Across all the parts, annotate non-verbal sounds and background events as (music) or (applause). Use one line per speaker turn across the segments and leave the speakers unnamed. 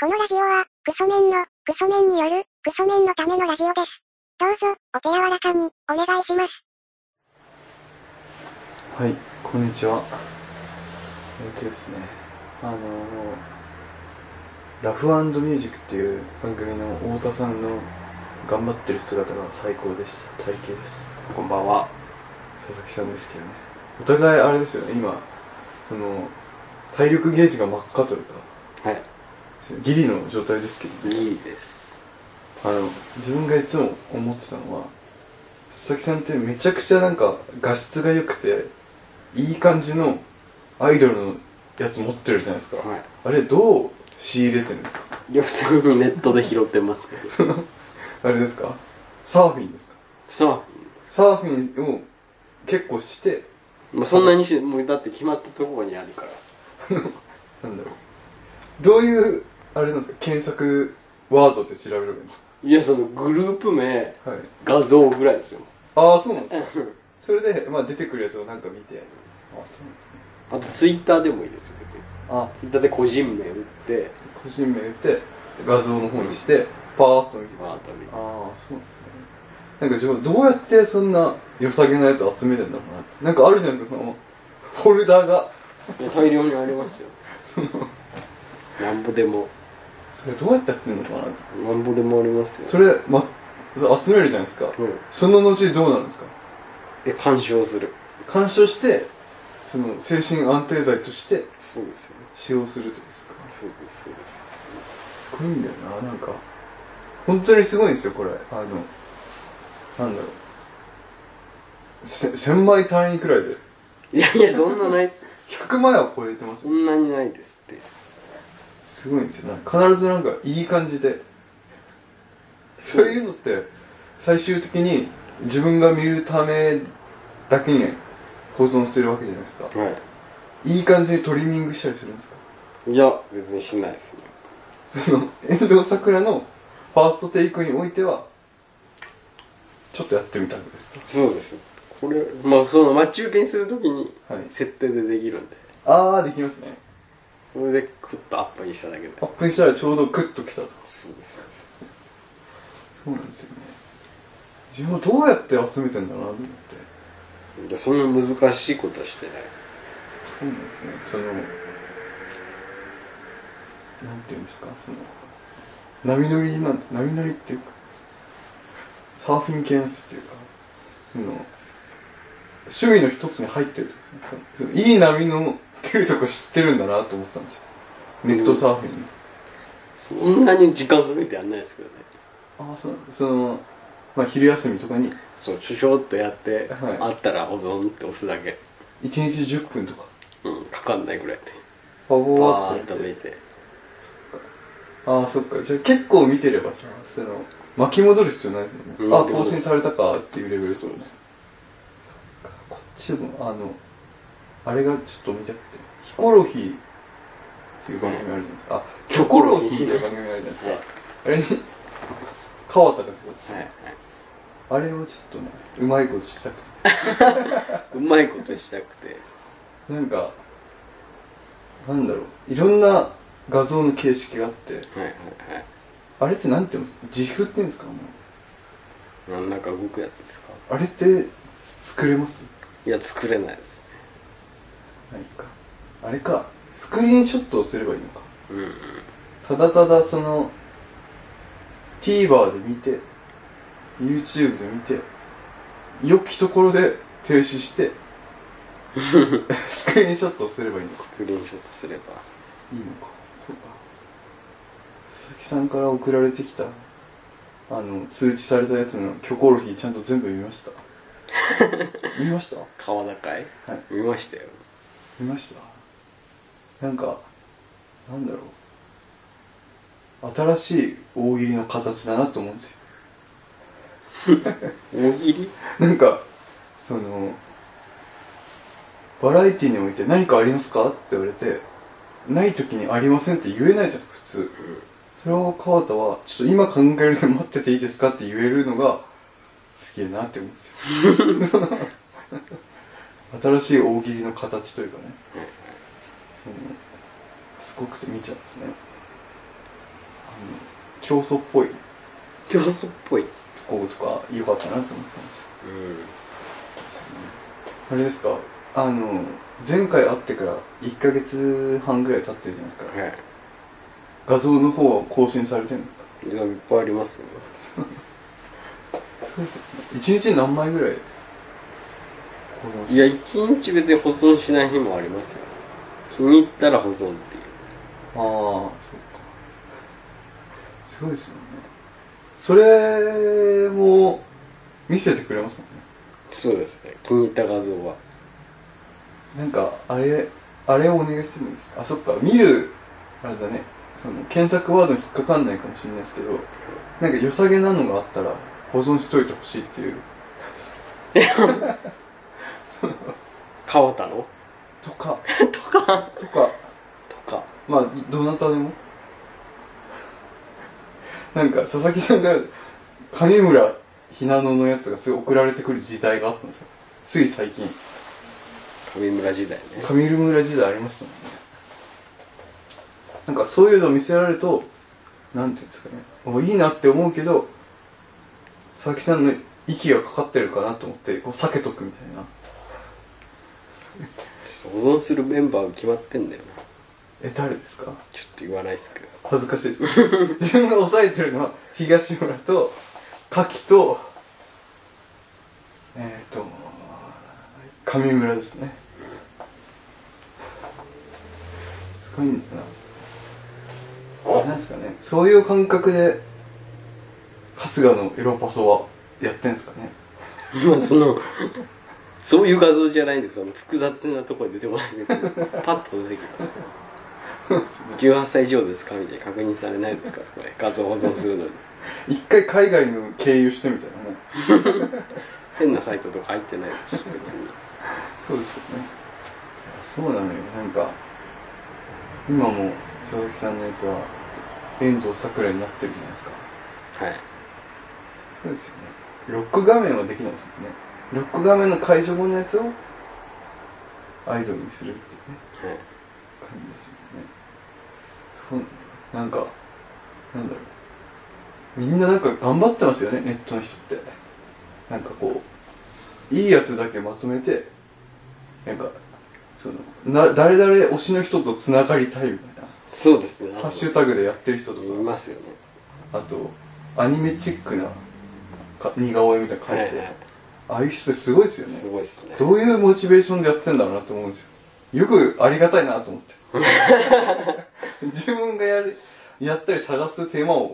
このラジオは、クソメンの、クソメンによる、クソメンのためのラジオです。どうぞ、お手柔らかに、お願いします。
はい、こんにちは。えっとですね、あのラフミュージックっていう番組の太田さんの頑張ってる姿が最高でした。体型です。こんばんは。佐々木さんですけどね。お互いあれですよね、今、その、体力ゲージが真っ赤というか、
はい。
ギリの状態ですけどね
いいです。
あの自分がいつも思ってたのは佐々木さんってめちゃくちゃなんか画質が良くていい感じのアイドルのやつ持ってるじゃないですか、
は
あれどう仕入れてるんですか
い。いや、普通にネットで拾ってますけど。サー (laughs)
あれですかサーフィンですか
フ
サーフィンを結構して
ィン。まあ、そんなにし、もうだって決まったところにあるから。
なんだろうどういうあれなんですか検索ワードで調べればいいんです
いや、そのグループ名、
かはい
画像ぐらいですよ。
ああそうなんですかそれで、まあ、出てくるやつをなんか見てああそうなんですね
あと、ツイッターでもいいですよ、別に。
あ
ツイッターで個人名打って、
個人名打って画像の方にしてパーッと見て
まあ、あとで
ああそうなんですねなんか自分どうやってそんな良さげなやつ集めてんだろうなってなんかあるじゃないですかそのフォルダーが
いや、大量にありますよ。
その
(laughs) なんぼでも。
それどうやってやってんのかなって
なんぼでもありますよ。
それ、ま、集めるじゃないですか
うん。
その後どうなるんですか
で、干渉する。
干渉してその精神安定剤として
そうですよね。
使用するというんですか
そうです、そうです。
すごいんだよななんか本当にすごいんですよこれあのなんだろうせ千枚単位くらいで
いやいや、そんなないっすよ。
100枚は超えてます
そ
よ
んなにないですって。
すごいんですよなんか必ずなんかいい感じでそういうのって最終的に自分が見るためだけに保存してるわけじゃないですか
はい
いい感じにトリミングしたりするんですか
いや、別にしないですね。
その遠藤さくらのファーストテイクにおいてはちょっとやってみたわけですか
そうです。これ、まあ、その、待ち受けにするときに
はい、
設定でできるんで、
ああできますね
それで、クッとアップにしただけで
アッ。プにしたらちょうどグッときたと
そうです、そうです。
そうなんですよね自分はどうやって集めてんだろうなと思って
いやそんな難しいことはしてないです。
そうなんですねそのなんていうんですかその波乗りなんて波乗りっていうかサーフィン系の人っていうかその趣味の一つに入ってるというかそのいい波のっていうとこ知ってるんだなと思ってたんですよネットサーフィン、
そんなに時間かけてやんないですけどね。
ああそうなんだそのまあ昼休みとかに
そう、ちょちょっとやって、
はい
あったら保存って押すだけ。
1日10分とか
うん、かかんないぐらいで。
パワ
バ
ー
ー
っ
ッ
て
と見て。
ああそっかじゃあ結構見てればさその巻き戻る必要ないですもんね、
うん
あ更新されたかっていうレベルです
そ
も
うん
ねこっちもあのあれがちょっと見たくてヒコロヒーっていう番組あるじゃないですか、あキョコロヒーっていう番組あるじゃないですか、
はい
あれに川田がすごい
はい、はい。
あれをちょっとねうまいことしたくて
うまいことしたくて。
なんかなんだろういろんな画像の形式があって
はい、はい、
あれってなんて言うんですか自負って言うんですかもう
はい。なんか動くやつですか
あれって作れます
いや、作れないですね。
何かあれかスクリーンショットをすればいいのか
うん、うん。
ただただその TVer で見て YouTube で見て良きところで停止してスクリーンショットをすればいいのか
スクリーンショットすれば。
いいのかそうか佐々木さんから送られてきたあの通知されたやつのキョコロヒーちゃんと全部見ました見ました
川高い、
はい
見ましたよ
見ましたなんかなんだろう新しい大喜利の形だなと思うんですよ
大喜利
なんかそのバラエティにおいて何かありますかって言われてない時にありませんって言えないじゃん普通それを川田はちょっと今考えるで待ってていいですかって言えるのがすげえなって思うんですよその新しい大喜利の形というかねそのすごくて見ちゃうんですね競争っぽい
競争っぽい。う
ところとか良かったなと思ったんですよ
ん。
あれですかあの前回会ってから1ヶ月半ぐらい経ってるじゃないですか
はい。
画像の方は更新されてるんですか
いやいっぱいありますよ。
そうです1日に何枚ぐらい保存して
いや、一日別に保存しない日もありますよ。気に入ったら保存っていう。
ああそっかすごいですよねそれも見せてくれますもんね
そうですね。気に入った画像は。
なんかあれあれをお願いするんですかあそっか見るあれだねその検索ワードに引っかかんないかもしれないですけどなんか良さげなのがあったら保存しといてほしいっていうその
川田の
とか (laughs) とかとか
とか。
まあどどなたでもなんか佐々木さんが金村ひなののやつがすごい送られてくる時代があったんですよつい最近
上村時代ね。
上村時代ありましたもんねなんかそういうのを見せられるとなんていうんですかねもういいなって思うけど佐々木さんの息がかかってるかなと思ってこう避けとくみたいな
ちょっと保存するメンバー決まってんだよな。
え誰ですか
ちょっと言わないですけど。
恥ずかしいです (laughs) 自分が抑えてるのは東村と柿とえっ、ー、と上村ですねすごいんだななんですかねそういう感覚で春日のエロパソはやってんですかね
(laughs) まあその、そういう画像じゃないんですよ。あの複雑なところ出てこないんですけど、パッと出てきます。18歳以上ですかみたいな確認されないですから、これ。画像保存するのに。
一回海外の経由してみたいなね
変なサイトとか入ってない (laughs) し、別に。
そうですよねそうなのよなんか今も佐々木さんのやつは遠藤さくらになってるじゃないですか
はい。
そうですよねロック画面はできないですもんねロック画面の解除後のやつをアイドルにするっていうね
はい。
感じですよねそうなんかなんだろうみんななんか頑張ってますよねネットの人ってなんかこういいやつだけまとめてなんかそのな誰々推しの人とつながりたいみたいな
そうですね。
ハッシュタグでやってる人と
い
か
ますよね。
あとアニメチックなか似顔絵みたいなの描いて、
はいはい
ああいう人すごいですよね
すごいですね。
どういうモチベーションでやってんだろうなと思うんですよ。よくありがたいなと思って。自分がやる、やったり探す手間を、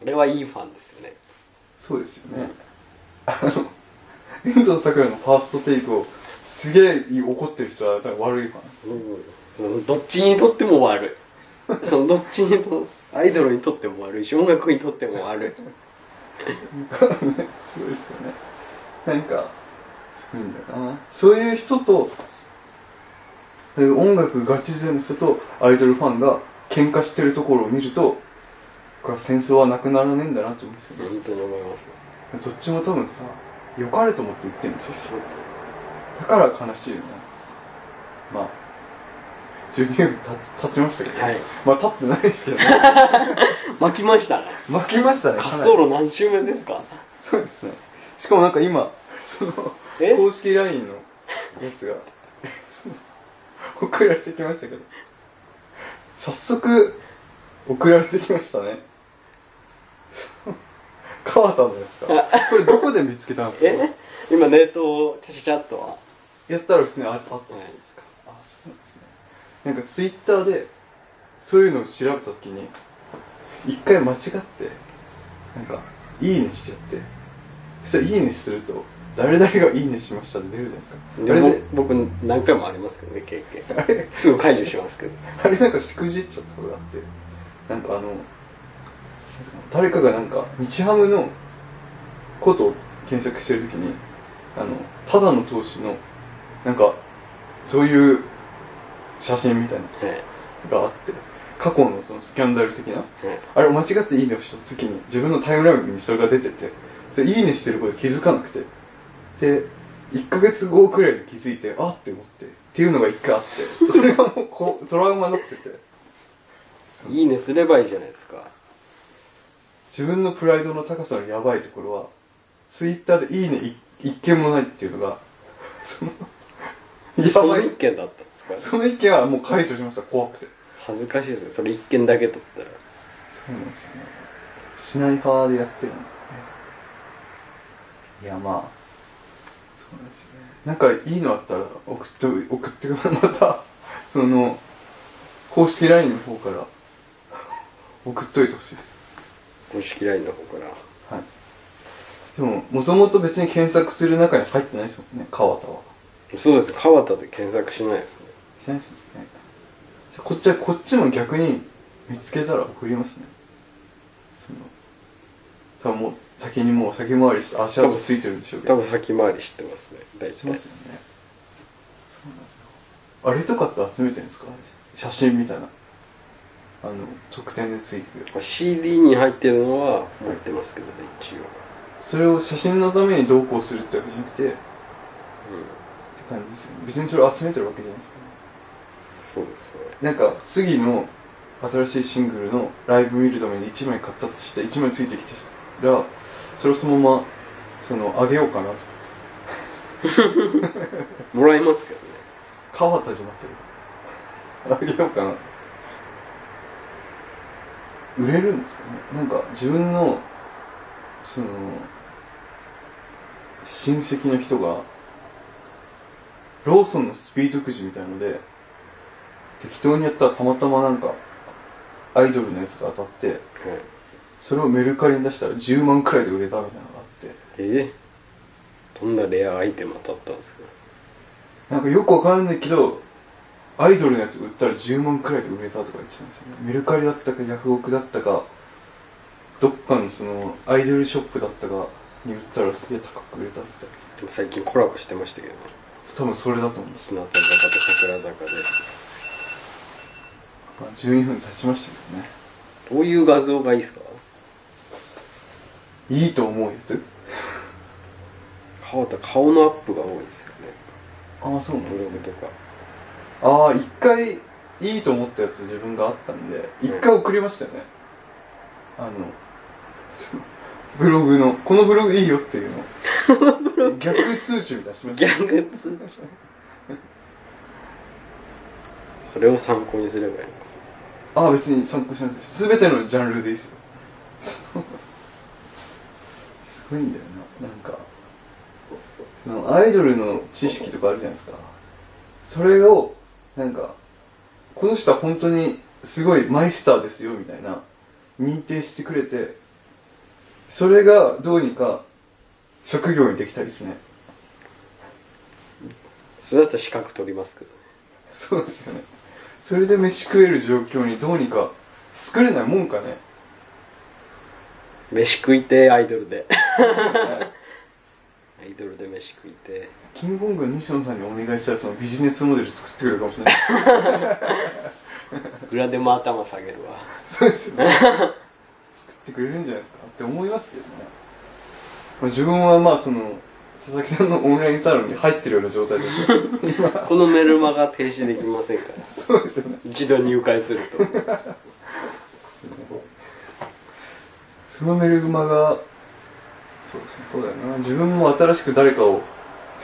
これはいいファンですよね。
そうですよね。あの、遠藤桜のファーストテイクを、すげえ怒ってる人は多分悪いファン。
そのどっちにとっても悪い。そのどっちにと、アイドルにとっても悪いし、音楽にとっても悪い。
すごいですよね。なんか、すごいんだよな。そういう人と、えー音楽ガチ勢の人とアイドルファンが喧嘩してるところを見ると、これは戦争はなくならねえんだなと思うんですよね。
本当に思いますね。
どっちも多分さ、良かれと思って言ってるんですよ。
うです。
だから悲しいよね。まあ、12分た経ちましたけど、
はい
まあ経ってないですけどね。
(laughs) 巻きましたね。
負けましたね。
滑
かな
走
り
路何周目ですか
そうですね。しかもなんか今、 (laughs) その、
え
公式 LINE のやつが、 (laughs) その送られてきましたけど、早速、送られてきましたね。 (laughs) その川田のやつか。これどこで見つけたんですか
え今ネットをチャチャチャっとは。
やったら普通にああったんですか、あそうなんですねなんかツイッターでそういうのを調べた時に一回間違ってなんか「いいね」しちゃってそしたら「いいね」すると「誰々がいいねしました」って出るじゃないですか
で
あれ
も
で
僕何回もありますけどね、経験。すぐ解除しますけど。
あれなんかしくじっちゃったことがあってなんかあの誰かがなんか日ハムのことを検索してるときにあのただの投資のなんかそういう写真みたいな
はい。
があって過去のそのスキャンダル的な
はい
あれを間違って「いいね」をした時に自分のタイムラインにそれが出ててで「いいね」してること気づかなくてで1ヶ月後くらいに気づいてあって思ってっていうのが1回あ (laughs) ってそれがもうこうトラウマになってて
いいねすればいいじゃないですか。
自分のプライドの高さのやばいところは、ツイッターでいいねい一件もないっていうのが、その、
そ
やば
の
い
一。件だったんですか
その一件はもう解除しました、怖くて。
恥ずかしいですねそれ一件だけだったら
そうなんですよね。しない派でやってるの。いや、まあ。そうなんですよね。なんかいいのあったら送って、送ってください。また、 (laughs) その、公式 LINE の方から (laughs) 送っといてほしいです。
公式 LINE の方から
はい。でも、もともと別に検索する中に入ってないですもんね、川田は。
そうです川田で検索しないですね
してないですもんね。じゃあこっちは、こっちも逆に見つけたら送りますね。その、多分もう先にもう先回りして足跡ついてるんでしょうけ
多
ど。
分先回り知ってますね大
してま
体
すよね。そうなんだ。あれとかって集めてるんですか写真みたいな。あの、特典でついてくる。
CD に入ってるのは持ってますけどね一応、
それを写真のためにどうこうするってわけじゃなくて、って
うん、
感じですよね。別にそれを集めてるわけじゃないですか、ね。
そうですね
なんか次の新しいシングルのライブ見るために1枚買ったとして1枚ついてきたらそれをそのままそのあげようかなと
もらいますけどね
川田じゃなくてあげようかなと売れるんですかねなんか自分のその親戚の人がローソンのスピードくじみたいので適当にやったらたまたまなんかアイドルのやつが当たって
はい
それをメルカリに出したら10万くらいで売れたみたいなのがあって
えー、どんなレアアイテム当たったんですか
なんかよくわからないけどアイドルのやつ売ったら10万くらいで売れたとか言ってたんですよねメルカリだったかヤフオクだったかどっかのそのアイドルショップだったかに売ったらすげえ高く売れたって言ってたんですよ
でも最近コラボしてましたけどね
多分それだと思うんです
日向坂と桜坂で
まあ12分経ちましたけどね
どういう画像がいいですか
いいと思うやつ
川田顔のアップが多いですよね
ああそうなん
ブ
です
ロ
ね
グとか
ああ一回いいと思ったやつ自分があったんで一回送りましたよね、あのそのブログのこのブログいいよっていうの逆通知みたいにしま
ギ
した
ャング通知それを参考にすればいいのか
ああ別に参考しないです全てのジャンルでいいですよ (laughs) そのすごいんだよななんかそのアイドルの知識とかあるじゃないですかそれをなんかこの人は本当にすごいマイスターですよみたいな認定してくれてそれがどうにか職業にできたりですね
それだったら資格取りますけどね
そうですよねそれで飯食える状況にどうにか作れないもんかね
飯食いてえアイドルでアイドルで飯食いて
キングコングの西野さんにお願いしたらそのビジネスモデル作ってくれるかもしれない (laughs)
えいくらでも頭下げるわ
そうですよね作ってくれるんじゃないですかって思いますけどねまあ自分はまあその佐々木さんのオンラインサロンに入ってるような状態ですけど
このメルマが停止できませんから
そうですよね
一度入会すると
そうねそのメルマがそうですねそうだよな自分も新しく誰かを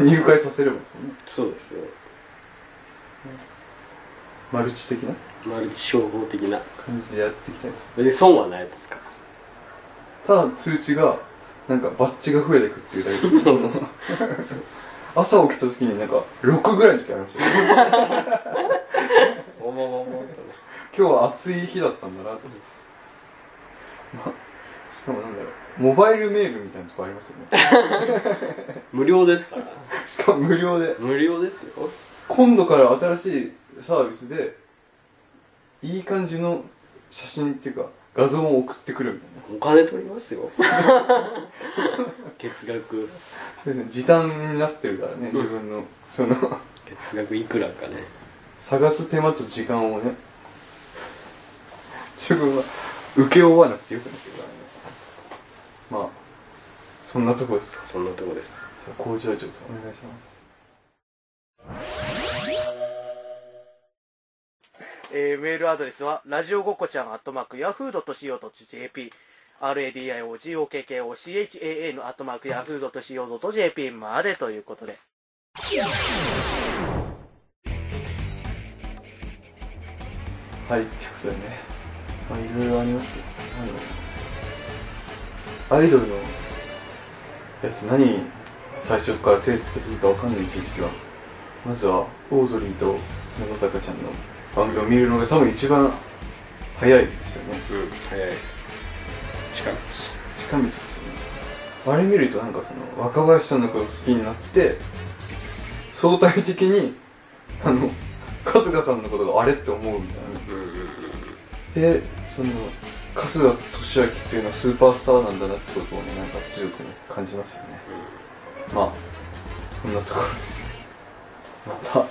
入会させればですよね
そうですね
マルチ的な
マルチ商法的な
感じでやっていきたいです
別に損はないですか
ただ通知がなんかバッチが増えてくっていうだけで朝起きた時になんか6ぐらいの時ありましたね
おもおもっとね
今日は暑い日だったんだなと思って、まあ、しかもなんだろうモバイルメールみたいなとこありますよね (laughs)
無料ですから
しかも無料で
無料ですよ
今度から新しいサービスでいい感じの写真っていうか画像を送ってくるみたいな
お金取りますよ (laughs) 月額
そうですね時短になってるからね自分のその
月額いくらかね
探す手間と時間をね自分は請け負わなくてよくなってるからねまあそんなとこですか
そんなとこです
じゃあ工場長さんお願いします
えーメールアドレスは、ラジオごこちゃん、アットマーク、ヤフードとしようと JP、 radiogokkocha のアットマークヤフー .co.jp までということで。
はい、ってことでね、まあ、いろいろありますけど、あの、アイドルのやつ何、最初から手つけていいかわかんないっていう時は、まずは、オードリーと長坂ちゃんの番組を見るのが多分一番早いですよね。
うん早いです近道
近道ですよね。あれ見るとなんかその、若林さんのこと好きになって、相対的に、あの、春日さんのことがあれって思うみたいな。
うんうん
でその春日俊明っていうのはスーパースターなんだなってことをねなんか強くね感じますよねまあそんなところですねまた